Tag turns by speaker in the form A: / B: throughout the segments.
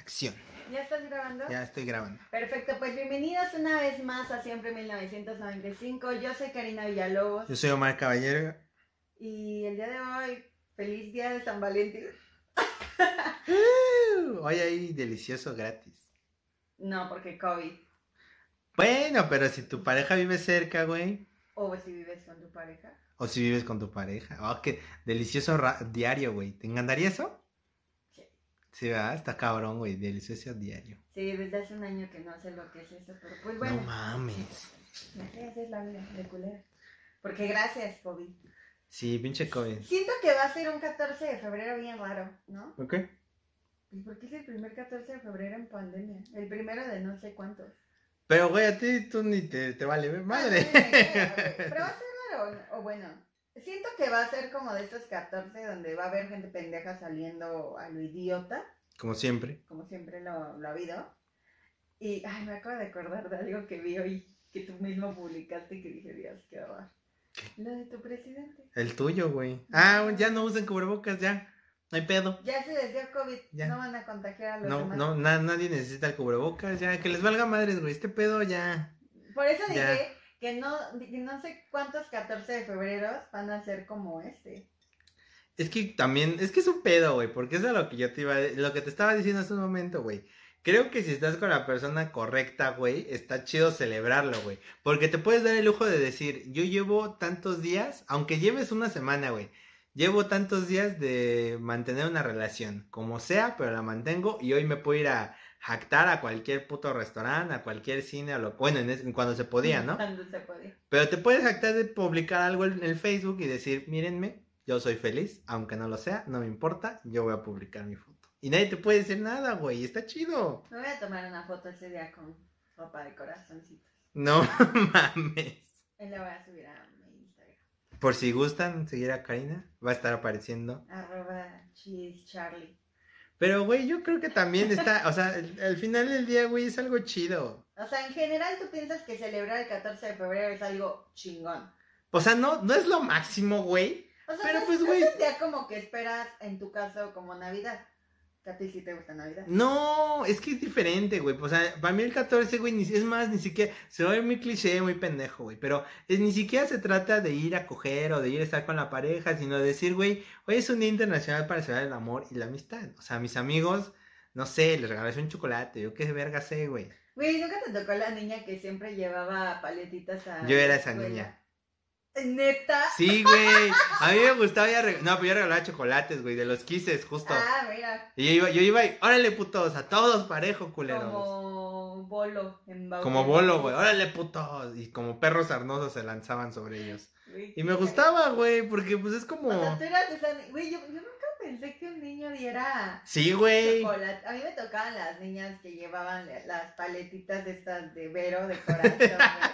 A: Acción.
B: ¿Ya estás grabando?
A: Ya estoy grabando.
B: Perfecto, pues bienvenidos una vez más a Siempre 1995. Yo soy Karina Villalobos
A: Yo soy Omar Caballero.
B: y el día de hoy, feliz día de San Valentín.
A: Uh, Hoy hay delicioso gratis.
B: No, porque COVID.
A: Bueno, pero si tu pareja vive cerca, güey.
B: O si vives con tu pareja.
A: O si vives con tu pareja. Oh, qué delicioso ra- diario, güey. ¿Te encantaría eso?
B: Sí.
A: Sí, ¿verdad? Está cabrón, güey. Delicioso diario.
B: Sí, desde hace un año que no sé lo que es eso, pero pues bueno.
A: No mames.
B: Gracias, es la vida de culera. Porque gracias, COVID.
A: Sí, pinche COVID.
B: Siento que va a ser un 14 de febrero bien raro, ¿no?
A: ¿Ok?
B: ¿Y por qué es el primer 14 de febrero en pandemia? El primero de no sé cuántos.
A: Pero, güey, a ti tú ni te, te vale, ver, madre.
B: Pero va a ser raro, o bueno, siento que va a ser como de estos 14 donde va a haber gente pendeja saliendo a lo idiota,
A: Como siempre.
B: como siempre lo, lo ha habido. Y, ay, me acabo de acordar de algo que vi hoy, que tú mismo publicaste y que dije, Dios, qué horror. Lo de tu presidente.
A: El tuyo, güey. Ah, ya no usen cubrebocas, ya. No hay pedo.
B: Ya se les dio COVID,
A: Ya.
B: no van a contagiar a los
A: No,
B: demás.
A: no, na- nadie necesita el cubrebocas, ya, que les valga madres, güey, este pedo ya.
B: Por eso
A: Ya.
B: dije que no, que no sé cuántos 14 de febrero van a ser como este.
A: Es que también, es que es un pedo, güey, porque eso es lo que yo te iba, a- lo que te estaba diciendo hace un momento, güey. Creo que si estás con la persona correcta, güey, está chido celebrarlo, güey. Porque te puedes dar el lujo de decir, yo llevo tantos días, aunque lleves una semana, güey, llevo tantos días de mantener una relación, como sea, pero la mantengo y hoy me puedo ir a jactar a cualquier puto restaurante, a cualquier cine, a lo, bueno, en ese- cuando se podía, ¿no?
B: Cuando se podía.
A: Pero te puedes jactar de publicar algo en el Facebook y decir, mírenme, yo soy feliz, aunque no lo sea, no me importa, yo voy a publicar mi foto. Y nadie te puede decir nada, güey, está chido.
B: Me voy a tomar una foto ese día con ropa de corazoncitos.
A: No mames.
B: Y la voy a subir a mi Instagram.
A: Por si gustan seguir a Karina, va a estar apareciendo.
B: Arroba cheescharlie.
A: Pero, güey, yo creo que también está, o sea, al- al final del día, güey, es algo chido.
B: O sea, en general tú piensas que celebrar el 14 de febrero es algo chingón.
A: O sea, no, no es lo máximo, güey.
B: O sea,
A: Pero,
B: no es-
A: pues,
B: no
A: güey.
B: Es un día como que esperas, en tu caso, como Navidad. Que a ti sí te gusta Navidad.
A: No, es que es diferente, güey. O sea, para mí el 14, güey, ni- es más, ni siquiera. Se va a ver muy cliché, muy pendejo, güey. Pero es- ni siquiera se trata de ir a coger o de ir a estar con la pareja, sino de decir, güey, hoy es un día internacional para celebrar el amor y la amistad. O sea, mis amigos, no sé, les regalé un chocolate. Yo qué verga sé, güey.
B: Güey, ¿nunca te tocó la niña que siempre llevaba paletitas a...
A: Yo era
B: la
A: esa
B: escuela?
A: niña.
B: ¿Neta?
A: Sí, güey. A mí me gustaba. ir a reg- No, pero yo regalaba chocolates, güey, de los quises, justo.
B: Ah, mira.
A: Y yo iba, yo iba y, órale, putos, a todos parejo, culeros.
B: Como bolo. En Bautismo.
A: Como bolo, güey, órale puto. Y como perros arnosos se lanzaban sobre ellos.
B: Güey,
A: Y me
B: qué
A: gustaba, güey, porque pues es
B: O sea,
A: como.
B: tú eras esa ni- Güey, yo, yo nunca pensé que un niño diera
A: Sí, güey.
B: chocolate. A mí me tocaban las niñas que llevaban la- las paletitas de estas de Vero de corazón. güey. Eran-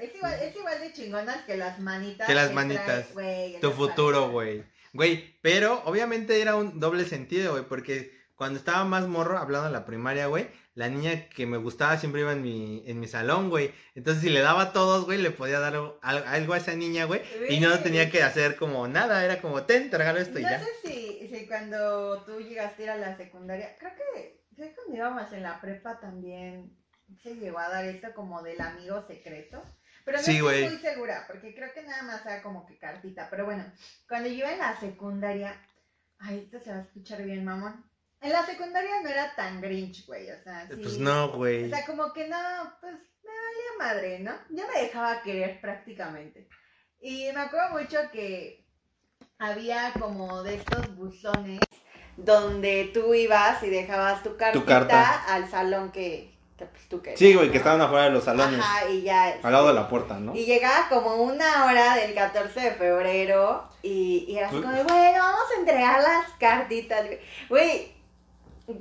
B: es, igual, es igual de chingonas que las manitas.
A: Que las
B: trae,
A: manitas.
B: güey, en
A: Tu
B: las
A: futuro,
B: paletas.
A: güey. Güey, pero obviamente era un doble sentido, güey, porque cuando estaba más morro, hablando de la primaria, güey, la niña que me gustaba siempre iba en mi, en mi salón, güey. Entonces, si le daba a todos, güey, le podía dar al- algo a esa niña, güey. Y no
B: Güey.
A: tenía que hacer como nada, era como, ten, te regalo esto y
B: no
A: ya.
B: sé si, si cuando tú llegaste a ir a la secundaria, creo que, creo que cuando íbamos en la prepa también se llegó a dar esto como del amigo secreto. Pero no
A: Sí,
B: estoy
A: güey.
B: muy segura, porque creo que nada más era como que cartita. Pero bueno, cuando yo iba en la secundaria, ay, esto se va a escuchar bien, mamón. En la secundaria no era tan grinch, güey, o sea, sí.
A: Pues no,
B: O
A: güey.
B: sea, como que no, pues me valía madre, ¿no? Yo me dejaba querer prácticamente. Y me acuerdo mucho que había como de estos buzones donde tú ibas y dejabas tu cartita
A: carta.
B: al salón que, que, pues, tú querías. ¿no?
A: afuera de los
B: Ajá, y ya.
A: lado de la puerta, ¿no?
B: Y llegaba como una hora del 14 de febrero y, y era así
A: Tú-
B: como, de, güey, vamos a entregar las cartitas. güey". Güey,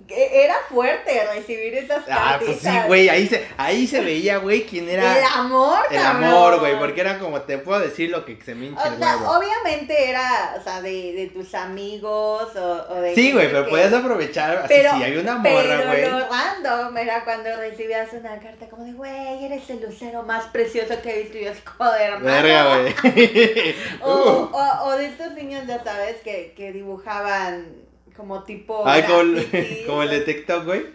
B: e- era fuerte recibir esas cartitas.
A: Ah, pues sí, güey, ahí se, ahí se veía, güey, quién
B: El
A: era
B: amor,
A: el
B: cabrón.
A: amor, güey, porque era como, te puedo decir lo que se me
B: O
A: hinche el
B: sea,
A: huevo.
B: obviamente era, o sea, de, de tus amigos o, o de...
A: Sí, güey,
B: gente
A: pero
B: que-
A: podías aprovechar, así,
B: Pero-
A: si había una morra,
B: Pero
A: güey.
B: lo random era cuando recibías una carta como de, güey, eres el lucero más precioso que he visto. Y yo así como de hermano.
A: Verga, güey. Uh.
B: Oh, O, o, o de estos niños, ya sabes, que, que dibujaban Como tipo.
A: Ay, como, el-
B: graffiti,
A: como el de TikTok, güey.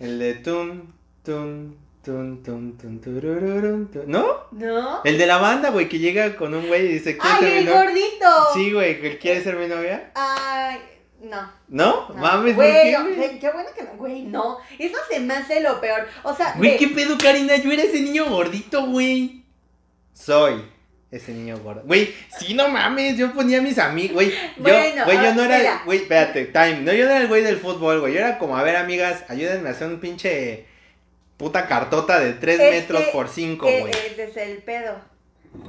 A: El de tum, tum, tum, tum, tum, turururum, tu- ¿No?
B: ¿No?
A: El de la banda, güey, que llega con un güey y dice, ¿quieres
B: ¡Ay,
A: ser
B: el
A: mi novia?
B: gordito!
A: Sí, güey, que ¿quieres ser mi novia?
B: Ay, no.
A: ¿No?
B: no.
A: Mames, ¿por
B: güey.
A: qué,
B: no,
A: güey?
B: Qué, qué bueno que no. Güey, no. Eso se me hace lo peor. O sea,
A: Güey,
B: ve,
A: ¿qué pedo, Karina? Yo era ese niño gordito, güey. Soy ese niño gordo. Güey, sí, no mames, yo ponía a mis amigos, güey. Yo,
B: Bueno,
A: güey, yo
B: ah,
A: no era,
B: mira.
A: güey, espérate, time. No, yo no era el güey del fútbol, güey. Yo era como, a ver, amigas, ayúdenme a hacer un pinche puta cartota de 3
B: Es
A: metros
B: que-
A: por 5,
B: que
A: güey.
B: ese es eh, el pedo.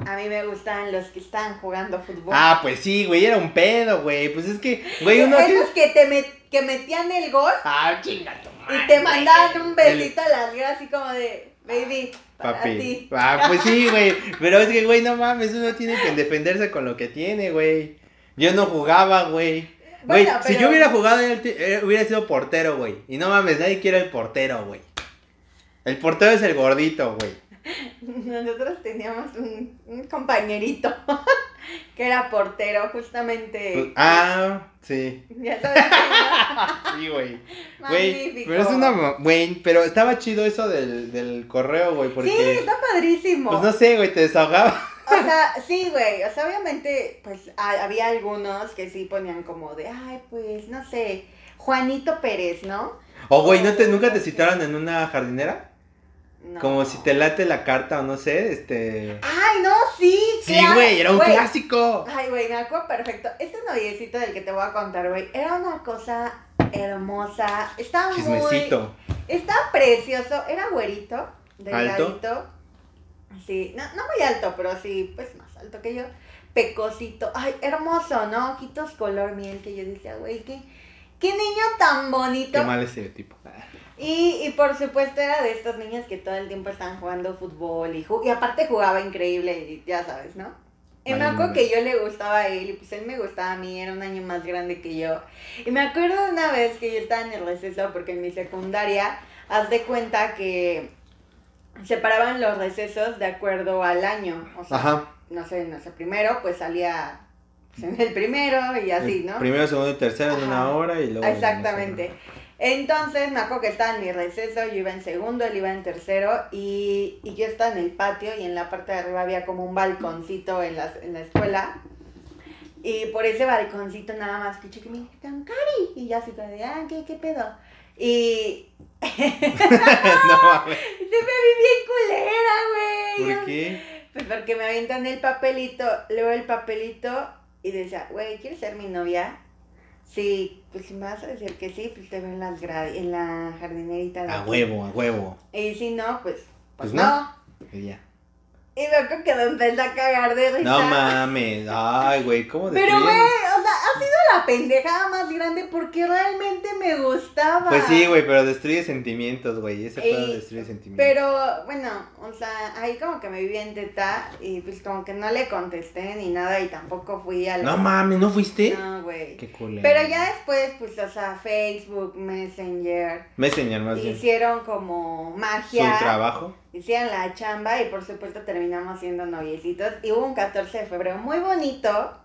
B: A mí me gustan los que están jugando fútbol.
A: Ah, pues sí, güey, era un pedo, güey. Pues es que, güey, uno que...
B: Esos que te met- que metían el gol
A: Ah, chinga tu madre,
B: y te
A: güey.
B: mandaban un
A: El-
B: besito a las gracias así como de, baby, para
A: Papi.
B: ti.
A: Ah, pues sí, güey. Pero es que, güey, no mames, uno tiene que defenderse con lo que tiene, güey. Yo no jugaba, güey. Güey,
B: Bueno,
A: si
B: pero-
A: yo hubiera jugado, era el ti- eh, hubiera sido portero, güey. Y no mames, nadie quiere el portero, güey. El portero es el gordito, güey.
B: Nosotros teníamos un, un compañerito que era portero, justamente.
A: Ah, sí.
B: Ya sabes que
A: Sí, güey.
B: era
A: Güey,
B: magnífico.
A: pero es una. ma- Güey, pero estaba chido eso del, del correo, güey, porque.
B: Sí, está padrísimo.
A: Pues no sé, güey, te desahogaba.
B: O sea, sí, güey. O sea, obviamente, pues a- había algunos que sí ponían como de, ay, pues, no sé, Juanito Pérez, ¿no?
A: O, güey, ¿no te, ¿nunca te citaron en una jardinera?
B: No.
A: Como si te late la carta o no sé, este.
B: Ay, no, sí,
A: Sí,
B: claro,
A: güey, era un clásico.
B: Ay, güey, me acuerdo perfecto. Este noviecito del que te voy a contar, güey, era una cosa hermosa. Estaba muy...
A: Chismecito.
B: Estaba precioso. Era güerito, delgadito. Sí, no, no muy alto, pero sí, pues más alto que yo. Pecosito. Ay, hermoso, ¿no? Ojitos color miel que yo decía, güey, qué, qué niño tan bonito.
A: Qué mal estereotipo.
B: Y, y por supuesto era de estos niños que todo el tiempo estaban jugando fútbol y, ju- y aparte jugaba increíble, y ya sabes, ¿no? Y me
A: Vale,
B: acuerdo
A: madre.
B: que yo le gustaba a él y pues él me gustaba a mí, era un año más grande que yo. Y me acuerdo una vez que yo estaba en el receso porque en mi secundaria, haz de cuenta que separaban los recesos de acuerdo al año. O sea,
A: Ajá.
B: no sé, no sé, primero pues salía pues, en el primero y así,
A: El
B: ¿no?
A: Primero, segundo y tercero en
B: Ajá.
A: una hora y luego. en
B: Exactamente. Entonces, me acuerdo que estaba en mi receso, yo iba en segundo, él iba en tercero, y, y yo estaba en el patio y en la parte de arriba había como un balconcito en la, en la escuela. Y por ese balconcito nada más escuché que me dijeron, Cari, y yo así como de, ah, ¿qué, qué pedo? Y
A: no sé. No mames.
B: se me vi bien culera, güey.
A: ¿Por qué?
B: Pues porque me avientan el papelito, leo el papelito y decía, güey, ¿quieres ser mi novia? Sí, pues si me vas a decir que sí, pues te veo en, las gra- en la jardinerita. de
A: A
B: aquí".
A: huevo, a huevo.
B: Y si no, pues, pues,
A: Pues
B: no.
A: no. Y ya.
B: Y me acuerdo que me empecé a cagar de risa.
A: No mames. Ay, güey, ¿cómo de
B: Pero,
A: crees?
B: güey, o sea, ha sido la pendejada más grande porque realmente me gustaba.
A: Pues sí, güey, pero destruye sentimientos, güey. Ese
B: Ey,
A: pedo destruye sentimientos.
B: Pero bueno, o sea, ahí como que me vi en teta y pues como que no le contesté ni nada y tampoco fui al...
A: No mames, ¿no fuiste?
B: No, güey.
A: Qué culero.
B: Pero ya después, pues, o sea, Facebook, Messenger,
A: Me enseñaron más bien.
B: hicieron como
A: Ah, Su
B: magia,
A: trabajo.
B: hicieron la chamba y por supuesto terminamos siendo noviecitos. Y hubo un 14 de febrero muy bonito,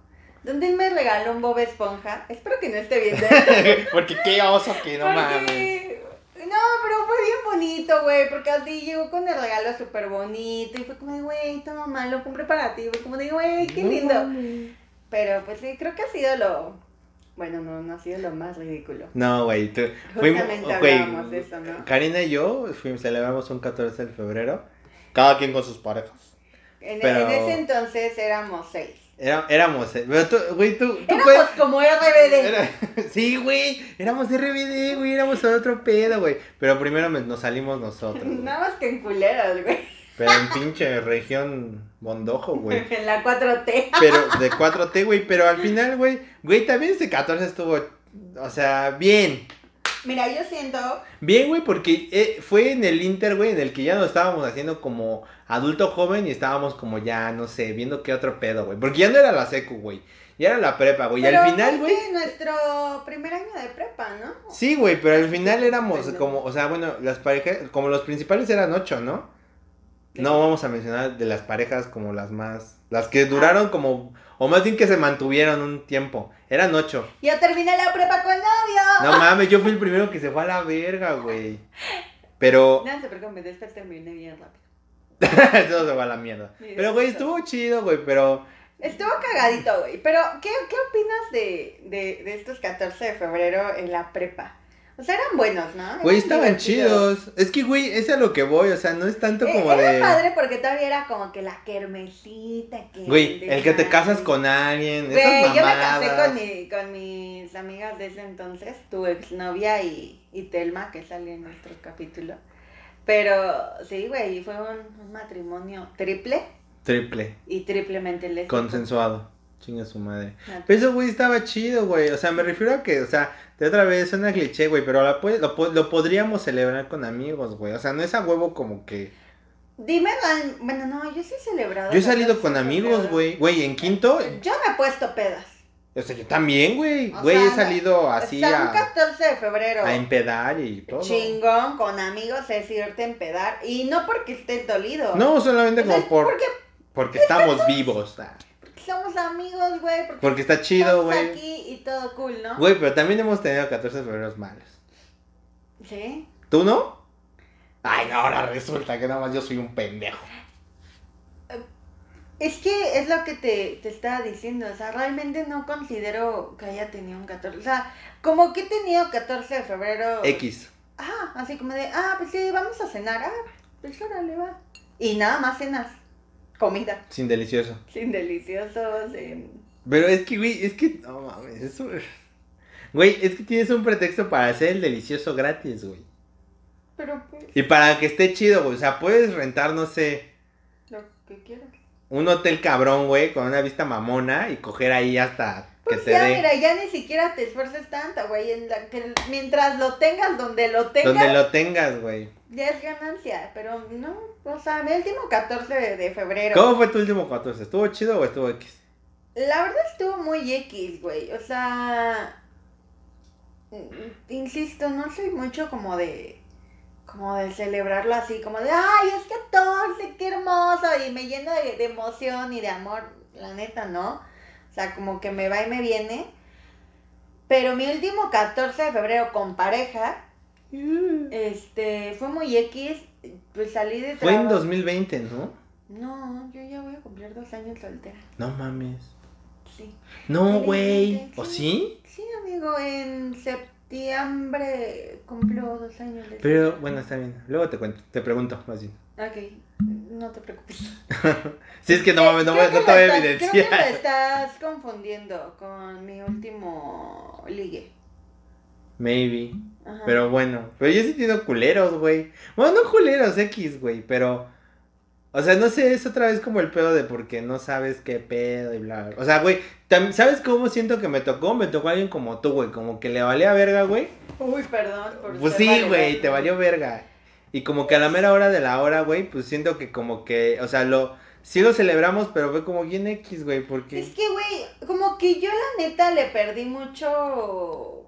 B: donde él me regaló un Bob Esponja. Espero que no esté viendo esto,
A: Porque qué oso que no mames.
B: porque... No, pero fue bien bonito, güey, porque así llegó con el regalo súper bonito y fue como, de, güey, toma mamá, lo compré para ti, fue como de, güey, qué
A: No
B: lindo.
A: mames.
B: Pero pues sí, creo que ha sido lo... Bueno, no, no ha sido lo más ridículo.
A: No, güey, tú- fuimos-
B: Justamente
A: güey,
B: hablábamos de eso, ¿no?
A: Karina y yo fuimos, celebramos un 14 de febrero, cada quien con sus parejas.
B: En,
A: pero-
B: en ese entonces éramos seis.
A: Era- éramos, eh, pero tú, güey, tú, tú
B: Éramos
A: puedes-
B: como RBD.
A: era- sí, güey, éramos RBD, güey, éramos otro pedo, güey. Pero primero me- nos salimos nosotros, güey.
B: Nada más que en culeras, güey.
A: pero en pinche región bondojo, güey.
B: En la 4T.
A: Pero de 4T, güey, pero al final, güey, güey, también ese 14 estuvo, o sea, bien,
B: Mira, yo siento.
A: Bien, güey, porque eh, fue en el Inter, güey, en el que ya nos estábamos haciendo como adulto joven y estábamos como ya, no sé, viendo qué otro pedo, güey. Porque ya no era la secu, güey. Ya era la prepa, güey. Y
B: pero
A: al final,
B: fue
A: güey.
B: que Nuestro primer año de prepa, ¿no?
A: Sí, güey, pero al final éramos
B: Pendejo.
A: como, o sea, bueno, las parejas, como los principales eran ocho, ¿no? No vamos a mencionar de las parejas como las más, las que duraron como O más bien que se mantuvieron un tiempo. Eran ocho.
B: Yo terminé la prepa con novio.
A: No mames, yo fui el primero que se fue a la verga, güey. Pero.
B: No, se preocupen, después terminé bien rápido.
A: Eso se va a la mierda.
B: Sí,
A: Pero, güey,
B: exacto.
A: estuvo chido, güey. Pero.
B: Estuvo cagadito, güey. Pero, ¿qué, qué opinas de, de, de estos 14 de febrero en la prepa? O sea, eran buenos, ¿no? Eran
A: Güey, estaban
B: divertidos.
A: chidos. Es que, güey, es a lo que voy. O sea, no es tanto
B: Eh,
A: como
B: era
A: de.
B: padre porque todavía era como que la kermesita. Que
A: Güey, el que te casas con alguien. esas
B: Güey, yo me casé
A: mamadas.
B: con, mi- con mis amigas de ese entonces, tu exnovia y, y Telma, que salió en nuestro capítulo. Pero sí, güey, fue un, un matrimonio triple
A: Triple.
B: y triplemente lésbico.
A: Consensuado. Chinga su madre.
B: Ah,
A: Pero eso, güey, estaba chido, güey. O sea, me refiero a que, o sea, de otra vez suena cliché, güey, pero la puede- lo, po- lo podríamos celebrar con amigos, güey. O sea, no es a huevo como que.
B: Dime, Juan- bueno, no, yo sí he celebrado.
A: Yo he
B: la
A: salido
B: verdad,
A: con
B: Ah, sí he
A: amigos,
B: celebrado.
A: güey. Güey, en quinto.
B: Yo me he puesto pedas.
A: O sea, yo también, güey.
B: O
A: Güey,
B: sea,
A: he salido
B: o
A: así
B: sea, un
A: a,
B: 14 de febrero.
A: a empedar y todo.
B: Chingón, con amigos es irte a empedar. Y no porque estés dolido.
A: No, solamente
B: O sea,
A: como por.
B: porque
A: Porque estamos vivos. ah,
B: somos amigos, güey. Porque,
A: Porque está chido,
B: estamos
A: güey.
B: aquí y todo cool, ¿no?
A: Güey, pero también hemos tenido 14 febreros malos.
B: Sí.
A: ¿Tú no? Ay, no, ahora resulta que nada más yo soy un pendejo.
B: Es que es lo que te, te estaba diciendo, o sea, realmente no considero que haya tenido un 14, o sea, como que he tenido 14 de febrero.
A: X.
B: Ah, así como de, ah, pues sí, vamos a cenar, ah, pues órale, va. Y nada más cenas, comida,
A: Sin delicioso.
B: sin deliciosos, em, sin...
A: Pero es que, güey, es que. No mames, eso. Güey, es que tienes un pretexto para hacer el delicioso gratis, güey.
B: pero pues,
A: Y para que esté chido, güey. O sea, puedes rentar, no sé,
B: lo que quieras.
A: un hotel cabrón, güey, con una vista mamona y coger ahí hasta
B: Pues
A: que te
B: ya,
A: dé.
B: mira, ya ni siquiera te esfuerces tanto, güey, en la que- mientras lo tengas donde lo tengas,
A: Donde lo tengas, güey.
B: ya es ganancia, pero no, o sea, el último 14 de, de febrero.
A: ¿Cómo fue tu último 14? ¿Estuvo chido o estuvo X?
B: La verdad estuvo muy X, güey. O sea, mm, insisto, no soy mucho como de como de celebrarlo así, como de, ay, es 14, qué hermoso, y me llena de, de emoción y de amor, la neta, ¿no? O sea, como que me va y me viene. Pero mi último 14 de febrero con pareja, este, fue muy X, pues salí de
A: Fue en
B: trabajo-
A: 2020, ¿no?
B: No, yo ya voy a cumplir dos años soltera,
A: No mames.
B: sí.
A: No,
B: Sí,
A: güey.
B: sí.
A: ¿O sí?
B: Sí, amigo, en septiembre cumplo dos años. de
A: Pero
B: soltera.
A: bueno, está bien. Luego te cuento, te pregunto más bien.
B: Ok, no te preocupes.
A: Si es que no mames, no,
B: Creo
A: voy- no
B: que
A: te voy
B: lo
A: a
B: estás- Creo que
A: evidenciar.
B: lo estás confundiendo con mi último ligue.
A: Maybe.
B: Ajá.
A: Pero bueno, pero yo he sentido culeros, güey. Bueno, no culeros X, güey, pero. O sea, no sé, es otra vez como el pedo de porque no sabes qué pedo y bla, bla. bla. O sea, güey, tam- ¿sabes cómo siento que me tocó? Me tocó alguien como tú, güey, como que le valía verga, güey.
B: Uy, perdón. Por
A: Pues
B: ser
A: sí,
B: valedor.
A: güey, te valió verga. Y como que a la mera hora de la hora, güey, pues siento que como que, o sea, lo. Sí lo celebramos, pero fue como bien X, güey, porque.
B: Es que, güey, como que yo la neta le perdí mucho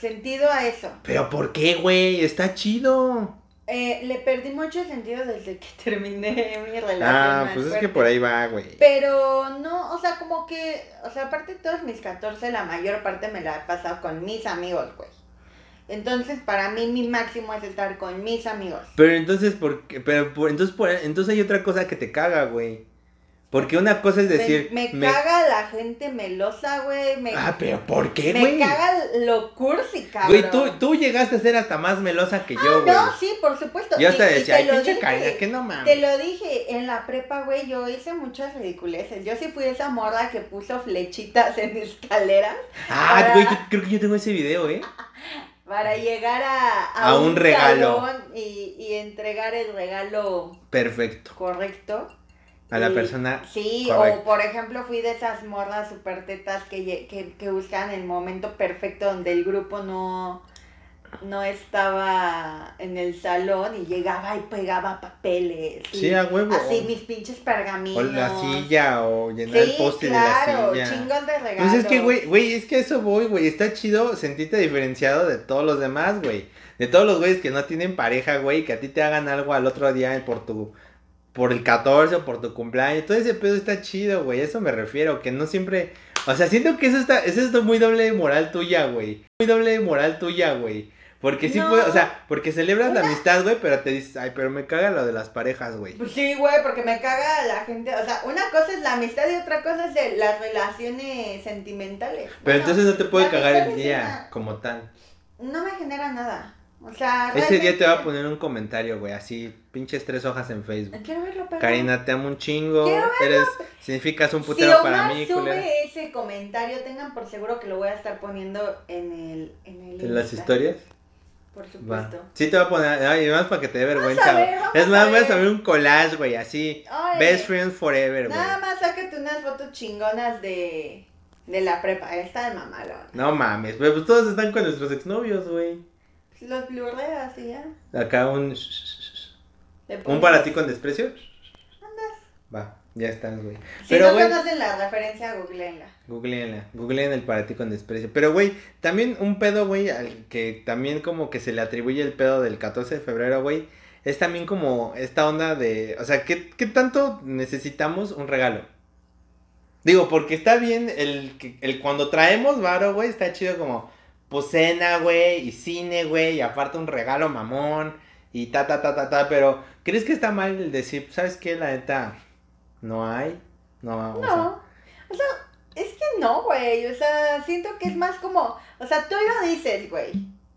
B: sentido a eso.
A: Pero ¿por qué, güey? Está chido.
B: Eh, le perdí mucho sentido desde que terminé mi relación.
A: Ah,
B: más
A: pues es que
B: fuerte.
A: por ahí va, güey.
B: Pero no, o sea, como que, o sea, aparte de todos mis 14, la mayor parte me la he pasado con mis amigos, güey. Entonces, para mí, mi máximo es estar con mis amigos.
A: Pero entonces, ¿por qué? Pero por- entonces, por- entonces hay otra cosa que te caga, güey. Porque una cosa es
B: Me-
A: decir.
B: me, caga la gente melosa, güey. Me,
A: Ah, pero ¿por qué,
B: me
A: güey?
B: caga lo cursi, cabrón. Ah,
A: Güey, tú, tú llegaste a ser hasta más melosa que yo, güey.
B: No, sí, por supuesto.
A: yo
B: Y-
A: hasta
B: y
A: decía,
B: te
A: ay,
B: lo
A: pinche
B: dije,
A: Karina, que no
B: Te
A: mames.
B: lo dije, en la prepa, güey, yo hice muchas ridiculeces. Yo sí fui esa morra que puso flechitas en escaleras
A: Ah, güey, yo creo que yo tengo ese video, ¿eh?
B: Para llegar a,
A: A un regalo.
B: salón Y, y entregar el regalo
A: Perfecto.
B: correcto.
A: A la
B: Y-
A: persona.
B: Sí,
A: correcta.
B: o por ejemplo fui de esas morras super tetas que, lle- que, que buscan el momento perfecto donde el grupo no, no estaba en el salón y llegaba y pegaba papeles. y
A: Sí, a huevo.
B: Así mis pinches pergaminos.
A: O la silla, o llenar el
B: Sí,
A: poste
B: claro,
A: de la silla.
B: chingos de regalos.
A: Pues es que, güey, güey, es que a eso voy, güey. Está chido sentirte diferenciado de todos los demás, güey. De todos los güeyes que no tienen pareja, güey, que a ti te hagan algo al otro día por tu por el 14 o por tu cumpleaños. Todo ese pedo está chido, güey. Eso me refiero, que no siempre. O sea, siento que eso está. Eso es muy doble de moral tuya, güey. Muy doble de moral tuya, güey. Porque sí
B: No.
A: puede, o sea, porque celebras la amistad, güey, pero te dices, ay, pero me caga lo de las parejas, güey.
B: Pues sí, güey, porque me caga la gente. O sea, una cosa es la amistad y otra cosa es de las relaciones sentimentales.
A: Pero
B: Bueno,
A: entonces no te puede
B: la
A: cagar
B: amistad
A: el
B: es
A: día
B: una-
A: como tal.
B: No me genera nada. O sea,
A: Ese día te va a
B: realmente-
A: poner un comentario, güey, así, pinches tres hojas en Facebook.
B: Quiero verlo, pero.
A: Karina, te amo un chingo.
B: Quiero
A: Eres, significas un
B: si
A: putero
B: Omar
A: para mí,
B: sube
A: culera.
B: ese comentario, tengan por seguro que lo voy a estar poniendo en el. En, el
A: ¿En las
B: Insta,
A: historias?
B: Por
A: Va.
B: supuesto.
A: Sí te va a poner, ay, y más para que te dé vergüenza,
B: ver,
A: güey.
B: vamos
A: Es
B: a
A: más, voy a
B: ver.
A: saber un collage, güey, así.
B: Órale.
A: Best friends forever, güey.
B: Nada más sáquete unas fotos chingonas de, de la prepa. Esta de mamalona.
A: No mames, güey, pues todos están con nuestros exnovios, güey.
B: Los ¿eh? blurreas y ya.
A: Acá un...
B: Le
A: Un
B: pones-
A: para ti con desprecio. Va, ya están, güey.
B: Si
A: Pero,
B: no
A: güey,
B: conocen la referencia, googleenla.
A: googleenla. Googleen el para ti con desprecio. Pero, güey, también un pedo, güey, al que también como que se le atribuye el pedo del 14 de febrero, güey. Es también como esta onda de. O sea, ¿qué, qué tanto necesitamos un regalo? Digo, porque está bien el, que- el cuando traemos varo, güey, está chido como. Pues cena, güey, y cine, güey, y aparte un regalo mamón, y ta, ta, ta, ta, ta. Pero, ¿crees que está mal el decir, "Pues, ¿sabes qué? La neta, no hay. No, o sea,
B: No. O sea, es que no, güey. O sea, siento que es más como. O sea, tú lo dices, güey.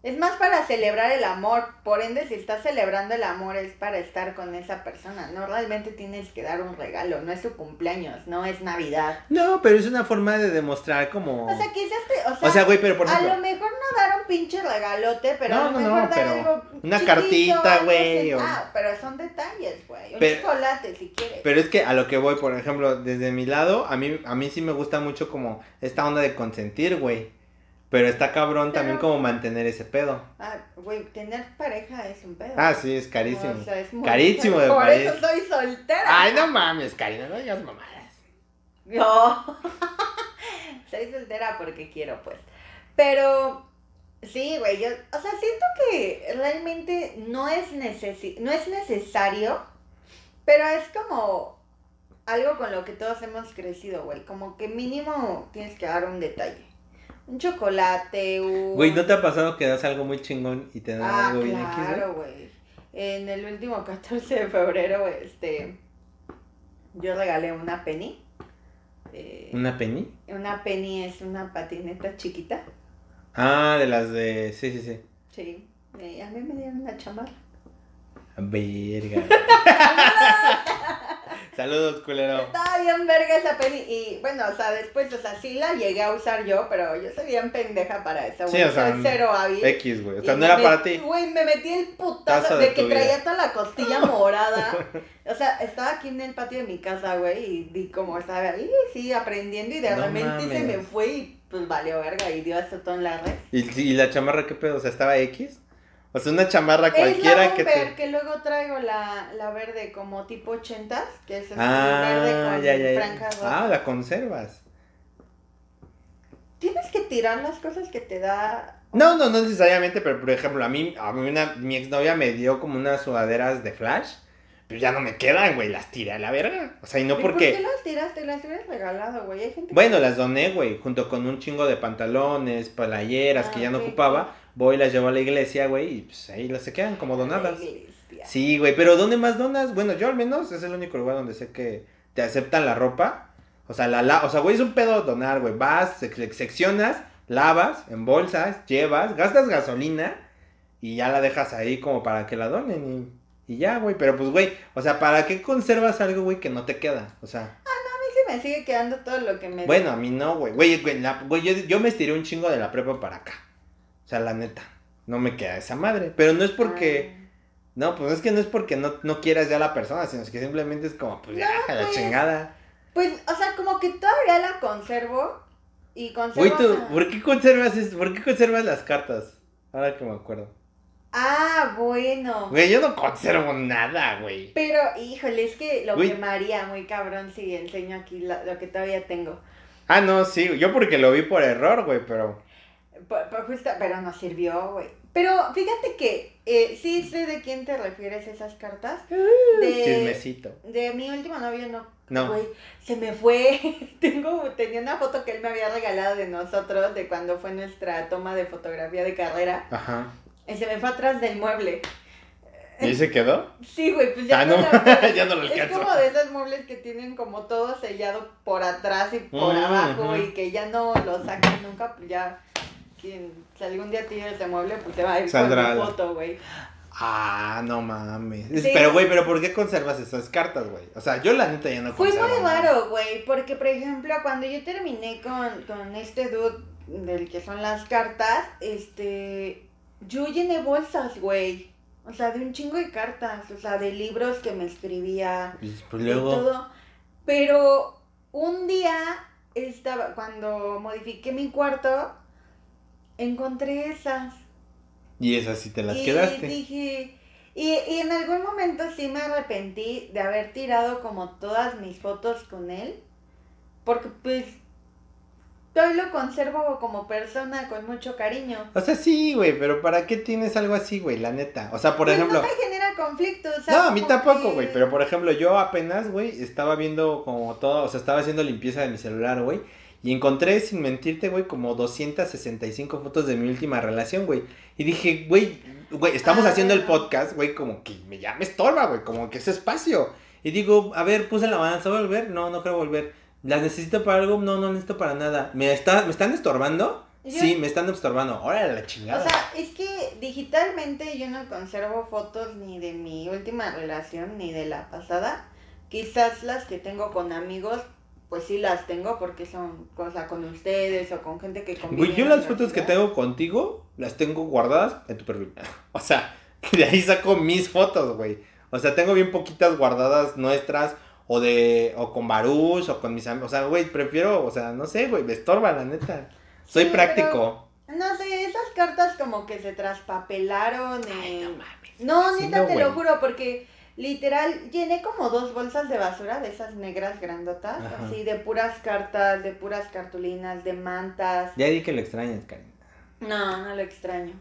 B: Es más para celebrar el amor. Por ende, si estás celebrando el amor, es para estar con esa persona. No realmente tienes que dar un regalo. No es su cumpleaños, no es Navidad.
A: No, pero es una forma de demostrar como.
B: O sea, quizás te. O sea,
A: O sea, güey, pero por
B: a
A: ejemplo,
B: lo mejor no dar un pinche regalote, pero
A: No,
B: a lo
A: no,
B: mejor
A: no,
B: dar
A: pero
B: algo
A: una
B: chiquito,
A: cartita,
B: algo
A: güey,
B: sen-
A: o-
B: Ah, pero son detalles, güey. Un
A: Pero-
B: chocolate, si quieres.
A: pero es que a lo que voy, por ejemplo, desde mi lado, a mí, a mí sí me gusta mucho como esta onda de consentir, güey. Pero está cabrón también
B: Pero-
A: como mantener ese pedo.
B: Ah, güey, tener pareja es un pedo.
A: Ah, sí, es carísimo.
B: O sea, es muy-
A: Carísimo de
B: Por
A: París.
B: eso soy soltera.
A: Ay, no mames, Karina, no digas mamadas.
B: No. soy soltera porque quiero, pues. Pero sí, güey, yo, o sea, siento que realmente no es necesi no es necesario, pero es como algo con lo que todos hemos crecido, güey, como que mínimo tienes que dar un detalle. Un chocolate, un
A: Güey, ¿no te ha pasado que das algo muy chingón y te dan
B: Ah,
A: algo bien aquí, güey?
B: claro, güey. En el último 14 de febrero, este, yo regalé una penny. Eh, una...
A: ¿Una penny?
B: penny es una patineta chiquita.
A: Ah, de las de. Sí, sí, sí.
B: Sí. Eh, a mí me dieron una chamarra.
A: Verga. Saludos, culero.
B: Estaba bien verga esa penny. Y bueno, o sea, después, o sea, sí la llegué a usar yo, pero yo soy bien pendeja para eso,
A: Sí,
B: güey.
A: o sea,
B: Soy cero hábil.
A: X, güey. O
B: Y
A: sea, no
B: me
A: era para
B: metí-
A: ti.
B: Güey, me metí el
A: Taza
B: putazo
A: de
B: de que
A: tu
B: traía toda la costilla morada. O sea, estaba aquí en el patio de mi casa, güey, y di como estaba ahí, sí, aprendiendo y de
A: No
B: repente se me
A: mames.
B: fue y pues valió verga y dio hasta todo en la red.
A: ¿Y, y la chamarra qué pedo? O sea, ¿estaba X? O sea, una chamarra cualquiera
B: es la
A: que
B: bomber
A: te...
B: que luego traigo la, la verde como tipo ochentas, que es así, verde
A: Ah,
B: con
A: ya, ya, ya.
B: franjas rojas.
A: Ah, la conservas.
B: Tienes que tirar las cosas que te da...
A: No, no, no necesariamente, pero por ejemplo, a mí, a mí una, mi exnovia me dio como unas sudaderas de Flash, pero ya no me quedan, güey, las tiré a la verga. O sea, y no
B: ¿Y
A: porque...
B: ¿Por qué las tiraste? Las hubieras regalado, güey. Hay gente que-
A: Bueno, las doné, güey, junto con un chingo de pantalones, playeras que
B: Ah,
A: ya no
B: ok.
A: ocupaba. Voy, las llevo a la iglesia, güey, y pues ahí las se quedan como donadas.
B: Ay, bestia.
A: Sí, güey, pero ¿dónde más donas? Bueno, yo al menos es el único lugar donde sé que te aceptan la ropa. O sea, la, la- o sea, güey, es un pedo donar, güey. Vas, sec- sec- seccionas, lavas, embolsas, llevas, gastas gasolina y ya la dejas ahí como para que la donen y, y ya, güey. Pero pues, güey, o sea, ¿para qué conservas algo, güey, que no te queda? O sea,
B: Sí, me sigue quedando todo lo que me...
A: bueno, a mí no, güey. Güey, güey, la- güey, yo, yo me estiré un chingo de la prepa para acá. O sea, la neta, no me queda esa madre. Pero no es porque...
B: Ah.
A: No, pues es que no es porque no, no quieras ya a la persona, sino que simplemente es como, pues ya, a la
B: pues.
A: chingada.
B: Pues, o sea, como que todavía la conservo y conservo...
A: Güey, tú,
B: a-
A: ¿por qué conservas es- ¿Por qué conservas las cartas? Ahora que me acuerdo.
B: Ah, bueno.
A: Güey, yo no conservo nada, güey.
B: Pero, híjole, es que lo
A: Güey.
B: quemaría muy cabrón si enseño aquí la- lo que todavía tengo.
A: Ah, no, sí, yo porque lo vi por error, güey, pero.
B: Por- por justa- pero nos sirvió, güey. Pero fíjate que eh, sí sé de quién te refieres esas cartas. De,
A: Chismecito.
B: de mi último novio no.
A: Ah, No.
B: Güey, se me fue. Tengo, tenía una foto que él me había regalado de nosotros, de cuando fue nuestra toma de fotografía de carrera.
A: Ajá.
B: Y se me fue atrás del mueble.
C: ¿Y se quedó?
B: Sí, güey, pues ya
C: Ah,
B: no,
C: no,
B: la-
C: ya no lo
B: Es
C: alcanzo.
B: como de esos muebles que tienen como todo sellado por atrás y por
C: Mm,
B: abajo
C: ujú.
B: y que ya no lo sacan nunca, pues ya. Quien, si algún día tienes ese mueble, pues te va a ir
A: Saldrá
B: con mi
A: la-
B: foto, güey.
A: Ah, no mames.
B: Sí.
A: Pero, güey, pero ¿por qué conservas esas cartas, güey? O sea, yo la neta ya no
B: Fue
A: conservo.
B: muy
A: nada.
B: raro, güey, porque por ejemplo, cuando yo terminé con, con este dude del que son las cartas, este, yo llené bolsas, güey. O sea, de un chingo de cartas, o sea, de libros que me escribía,
A: Y pues
B: de
A: luego.
B: todo. Pero un día estaba, cuando modifiqué mi cuarto, encontré esas.
A: Y esas sí te las
B: y
A: quedaste.
B: dije, y, y en algún momento sí me arrepentí de haber tirado como todas mis fotos con él, porque pues hoy lo conservo como persona con mucho cariño.
A: O sea, sí, güey, pero ¿para qué tienes algo así, güey? La neta. O sea, por
B: Pues
A: ejemplo.
B: no me genera conflicto, o sea,
A: No, a mí
B: como
A: tampoco,
B: que-
A: güey. Pero por ejemplo, yo apenas, güey, estaba viendo como todo, o sea, estaba haciendo limpieza de mi celular, güey. Y encontré, sin mentirte, güey, como 265 fotos de mi última relación, güey. Y dije, güey, güey, estamos
B: Ah.
A: haciendo el podcast, güey, como que me ya me estorba, güey, como que es espacio. Y digo, a ver, puse la balanza, ¿voy a volver? No, no creo volver. ¿Las necesito para algo? No, no necesito para nada. ¿Me, está, ¿me están estorbando?
B: Yo-
A: Sí, me están estorbando. Órale, la
B: O
A: chingada.
B: sea, es que digitalmente yo no conservo fotos ni de mi última relación ni de la pasada. Quizás las que tengo con amigos, pues sí las tengo porque son cosas con ustedes o con gente que convive.
A: Güey, yo
B: en la
A: las fotos que
B: universidad.
A: tengo contigo las tengo guardadas en tu perfil. O sea, de ahí saco mis fotos, güey. O sea, tengo bien poquitas guardadas nuestras o de o con Baruch o con mis amigos. O sea, güey, prefiero, o sea, no sé, güey, me estorba la neta. Soy
B: Sí,
A: práctico.
B: pero, no sé, esas cartas como que se traspapelaron. eh,
A: mames.
B: no,
A: Sí,
B: neta,
A: no,
B: te
A: güey.
B: lo juro, porque literal llené como dos bolsas de basura de esas negras grandotas,
A: Ajá.
B: así de puras cartas, de puras cartulinas, de mantas.
A: Ya di que lo extrañas, Karen.
B: No, no lo extraño.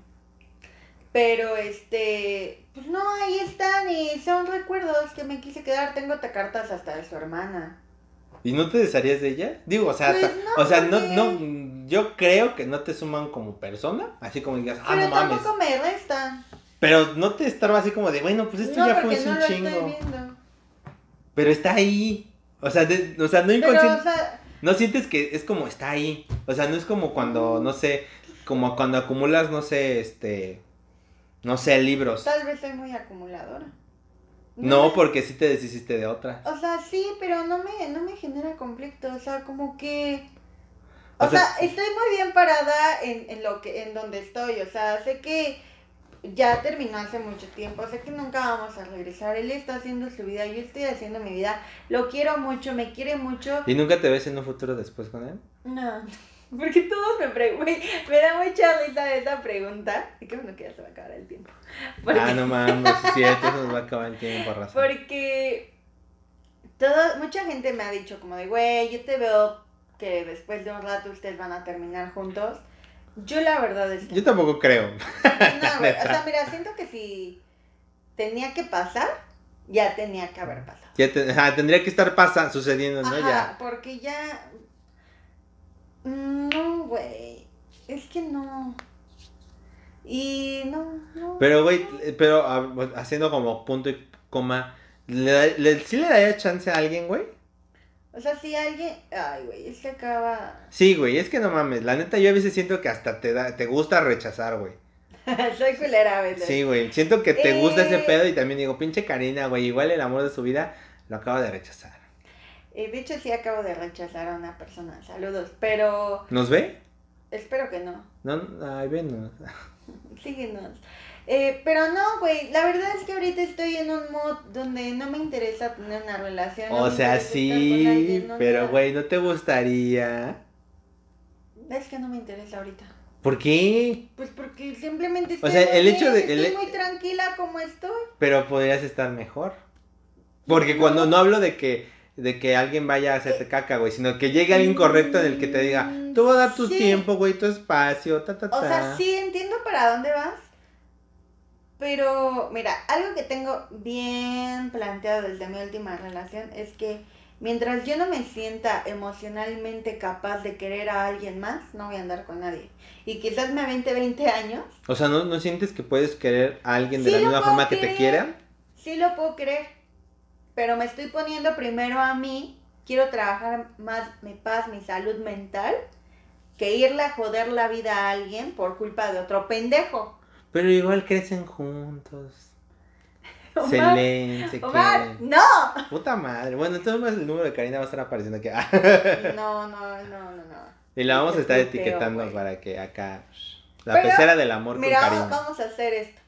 B: Pero este, pues no, ahí están y son recuerdos que me quise quedar. Tengo ta- cartas hasta de su hermana.
A: ¿Y no te desharías de ella? Digo, o sea,
B: Pues
A: ta-
B: no,
A: o sea, no,
B: porque-
A: no, mm, yo creo que no te suman como persona, así como digas, ah,
B: pero
A: no mames.
B: tampoco me restan.
A: Pero no te estorba así como de, bueno, pues esto
B: no,
A: ya fue
B: porque
A: hace
B: no
A: un
B: lo
A: chingo.
B: estoy viendo.
A: Pero está ahí. O sea, de- o sea no
B: Pero,
A: inconscien-
B: o sea,
A: No sientes que es como está ahí. O sea, no es como cuando, no sé, como cuando acumulas, no sé, este. No sé, libros.
B: tal vez soy muy acumuladora.
A: No,
B: me-
A: porque sí te deshiciste de otra.
B: O sea, sí, pero no me, no me genera conflicto. O sea, como que. O,
A: O
B: sea,
A: sea-
B: estoy muy bien parada en, en lo que, en donde estoy. O sea, sé que ya terminó hace mucho tiempo. Sé que nunca vamos a regresar. Él está haciendo su vida, yo estoy haciendo mi vida. Lo quiero mucho, me quiere mucho.
A: ¿Y nunca te ves en un futuro después con él?
B: No. Porque todos me preguntan, me da mucha risa esa pregunta. Y qué bueno que ya se va a acabar el tiempo. Porque-
A: Ah, no mames, sí, cierto, eso nos va a acabar el tiempo, razón.
B: Porque todo, mucha gente me ha dicho como de, güey, yo te veo que después de un rato ustedes van a terminar juntos. Yo la verdad es que...
A: Yo tampoco creo.
B: no, güey, o sea, mira, siento que si tenía que pasar, ya tenía que haber pasado.
A: Ya te- ajá, tendría que estar pasa, sucediendo, Pues ¿no?
B: Ajá,
A: Ya.
B: porque ya... mm, No, güey. Es que no. Y no, no.
A: Pero, güey, pero ah, haciendo como punto y coma, ¿le, da- le, sí le daría chance a alguien, güey?
B: O sea, si alguien... Ay, güey, es que acaba...
A: Sí, güey, es que no mames. La neta, yo a veces siento que hasta te, da, te gusta rechazar, güey.
B: Soy culera a veces.
A: Sí, güey. Siento que te
B: Eh.
A: gusta ese pedo y también digo, pinche Karina, güey. Igual el amor de su vida lo acaba de rechazar.
B: Eh, de hecho, sí acabo de rechazar a una persona. Saludos. Pero
A: ¿Nos ve?
B: espero que no.
A: No, ay, ven.
B: Síguenos. Eh, pero no, güey. La verdad es que ahorita estoy en un mod donde no me interesa tener una relación. no
A: O
B: me
A: sea,
B: interesa estar con
A: sí,
B: alguien, no
A: pero
B: nada.
A: güey, ¿no te gustaría?
B: Es que no me interesa ahorita.
A: ¿Por qué?
B: Pues porque simplemente
A: O sea, el
B: muy
A: hecho de-
B: bien,
A: el-
B: Estoy muy tranquila como estoy.
A: Pero podrías estar mejor. Porque
B: No.
A: cuando no hablo de que de que alguien vaya a hacerte caca, güey, sino que llegue alguien correcto en el que te diga, tú vas a dar tu
B: Sí.
A: tiempo, güey, tu espacio, ta, ta, ta.
B: O sea, sí entiendo para dónde vas. Pero, mira, algo que tengo bien planteado desde mi última relación es que mientras yo no me sienta emocionalmente capaz de querer a alguien más, no voy a andar con nadie. Y quizás me avente 20 años,
A: O sea, ¿no, no sientes que puedes querer a alguien de
B: Sí
A: la
B: lo
A: misma
B: puedo
A: forma que te
B: querer.
A: quiera?
B: sí lo puedo creer. Pero me estoy poniendo primero a mí. Quiero trabajar más mi paz, mi salud mental, que irle a joder la vida a alguien por culpa de otro pendejo.
A: Pero igual crecen juntos. Se
B: Omar,
A: leen, se
B: Omar,
A: quieren.
B: no.
A: Puta madre. Bueno, entonces el número de Karina va a estar apareciendo aquí.
B: No, no, no, no, no.
A: y la vamos a estar
B: Qué puteo,
A: etiquetando
B: güey.
A: para que acá. La
B: Pero,
A: pecera del amor
B: Mira,
A: con
B: vamos,
A: Karina.
B: vamos a hacer esto.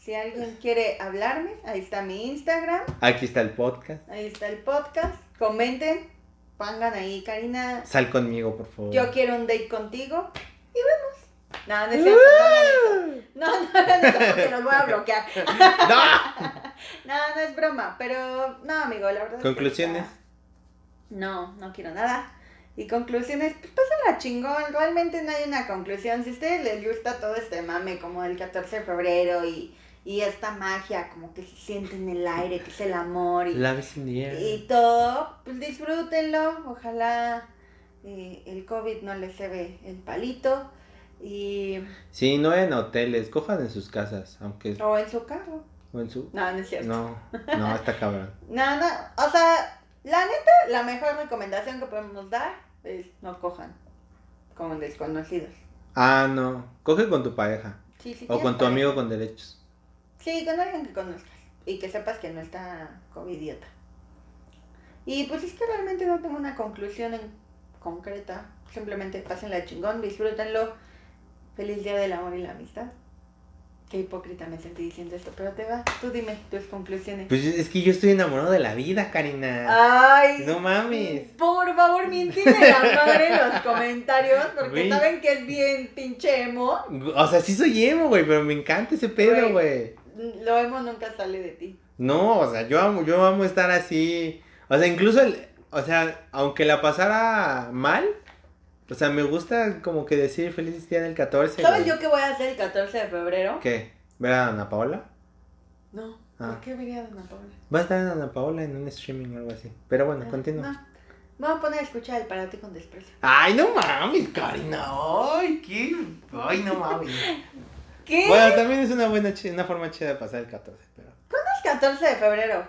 B: Si alguien quiere hablarme, ahí está mi Instagram,
A: Aquí está el podcast.
B: ahí está el podcast. Comenten, pongan ahí, Karina,
A: Sal conmigo, por favor.
B: yo quiero un date contigo y vemos. No, no es cierto, no hagan eso. No,
A: ¡Ah!
B: no hagan eso porque los voy a bloquear.
A: ¡No!
B: No, no es broma, pero no, amigo, la verdad. es que
A: Conclusiones.
B: ahorita No, no quiero nada. Y conclusiones, pues pásenla chingón, realmente no hay una conclusión. Si a ustedes les gusta todo este mame como el 14 de febrero y, y esta magia como que se siente en el aire, que es el amor y,
A: Love is in the air.
B: y todo, pues disfrútenlo. Ojalá eh, el COVID no les ve el palito y
A: Sí, no en hoteles, cojan en sus casas, aunque es-
B: o en su carro.
A: o en su.
B: No, no es cierto.
A: No, no, está cabrón.
B: No, no, o sea, la neta, la mejor recomendación que podemos dar es no cojan con desconocidos.
A: Ah, no. Coge con tu pareja.
B: Sí, sí,
A: O
B: tienes
A: con tu
B: pareja.
A: amigo con derechos.
B: Sí, con alguien que conozcas y que sepas que no está covidiota. Y pues es que realmente no tengo una conclusión en concreta. Simplemente pásenla chingón, disfrútenlo. Feliz Día del Amor y la Amistad. Qué hipócrita me sentí diciendo esto, pero te va. Tú dime tus conclusiones.
A: Pues es que yo estoy enamorado de la vida, Karina.
B: Ay,
A: No mames.
B: Por favor, mientenme la madre en los comentarios, porque
A: Güey.
B: saben que es bien pinche emo.
A: O sea, sí soy emo, güey, pero me encanta ese pedo,
B: Güey.
A: güey.
B: Lo emo nunca sale de ti.
A: No, o sea, yo amo, yo amo estar así. O sea, incluso el, o sea, aunque la pasara mal, o sea, me gusta como que decir feliz día del 14.
B: ¿Sabes
A: güey.
B: yo qué voy a hacer el 14 de febrero?
A: ¿Qué? ¿Ver a Ana Paola?
B: No,
A: Ah.
B: ¿por qué venía Dona Paula?
A: Va a estar Ana Paola en un streaming o algo así. Pero bueno,
B: Ah,
A: continúa.
B: no. Me voy a poner a escuchar el parate con desprecio.
A: Ay, no mames, Karina. Ay, qué. Ay, no mames.
B: ¿Qué?
A: Bueno, también es una buena chi- una forma chida de pasar el 14, pero.
B: es 14 de febrero?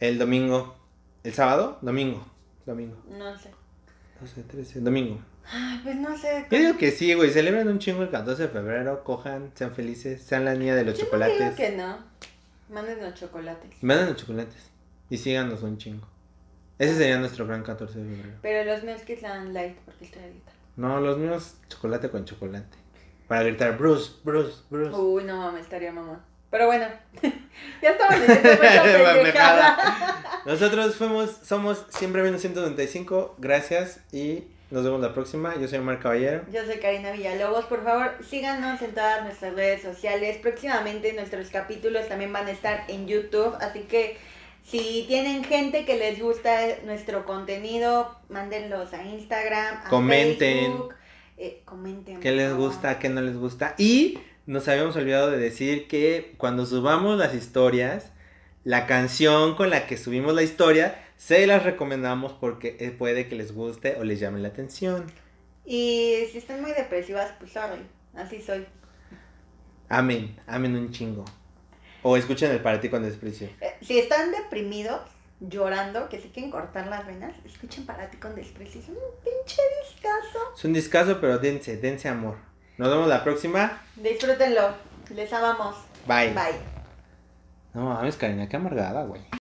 A: El domingo. ¿El sábado? Domingo. Domingo.
B: No sé.
A: 12, 13, domingo.
B: Ay, pues no sé.
A: Yo digo que sí, güey. Celebren un chingo el 14 de febrero. Cojan, sean felices, sean la niña de los
B: Yo no
A: chocolates. Mm.
B: digo que no. Mándenos chocolates.
A: Mandan los chocolates. Y síganos un chingo. Ese sería nuestro gran 14 de febrero.
B: Pero los míos que sean light, porque estoy a dieta.
A: No, los míos, chocolate con chocolate. Para gritar, Bruce, Bruce, Bruce.
B: Uy, no mames, estaría mamón. Pero bueno, ya estamos diciendo mucha pendejada.
A: Nosotros fuimos, somos siempre 1995. Gracias y nos vemos la próxima. Yo soy Omar Caballero.
B: Yo soy Karina Villalobos, por favor síganos en todas nuestras redes sociales. Próximamente nuestros capítulos también van a estar en YouTube, así que si tienen gente que les gusta nuestro contenido, mándenlos a Instagram, a
A: Comenten.
B: Facebook. Eh, comenten.
A: ¿Qué les
B: por favor.
A: gusta? ¿Qué no les gusta? Y nos habíamos olvidado de decir que cuando subamos las historias, la canción con la que subimos la historia, se las recomendamos porque eh, puede que les guste o les llame la atención.
B: Y si están muy depresivas, pues sorry, así soy.
A: Amen, amen un chingo. O escuchen el para ti con desprecio.
B: Eh, si están deprimidos, llorando, que se quieren cortar las venas, escuchen para ti con desprecio. Es un pinche discazo.
A: Es un discazo, pero dense, dense amor. Nos vemos la próxima.
B: Disfrútenlo, les amamos.
A: Bye.
B: Bye.
A: No mames, Karina, qué amargada, güey.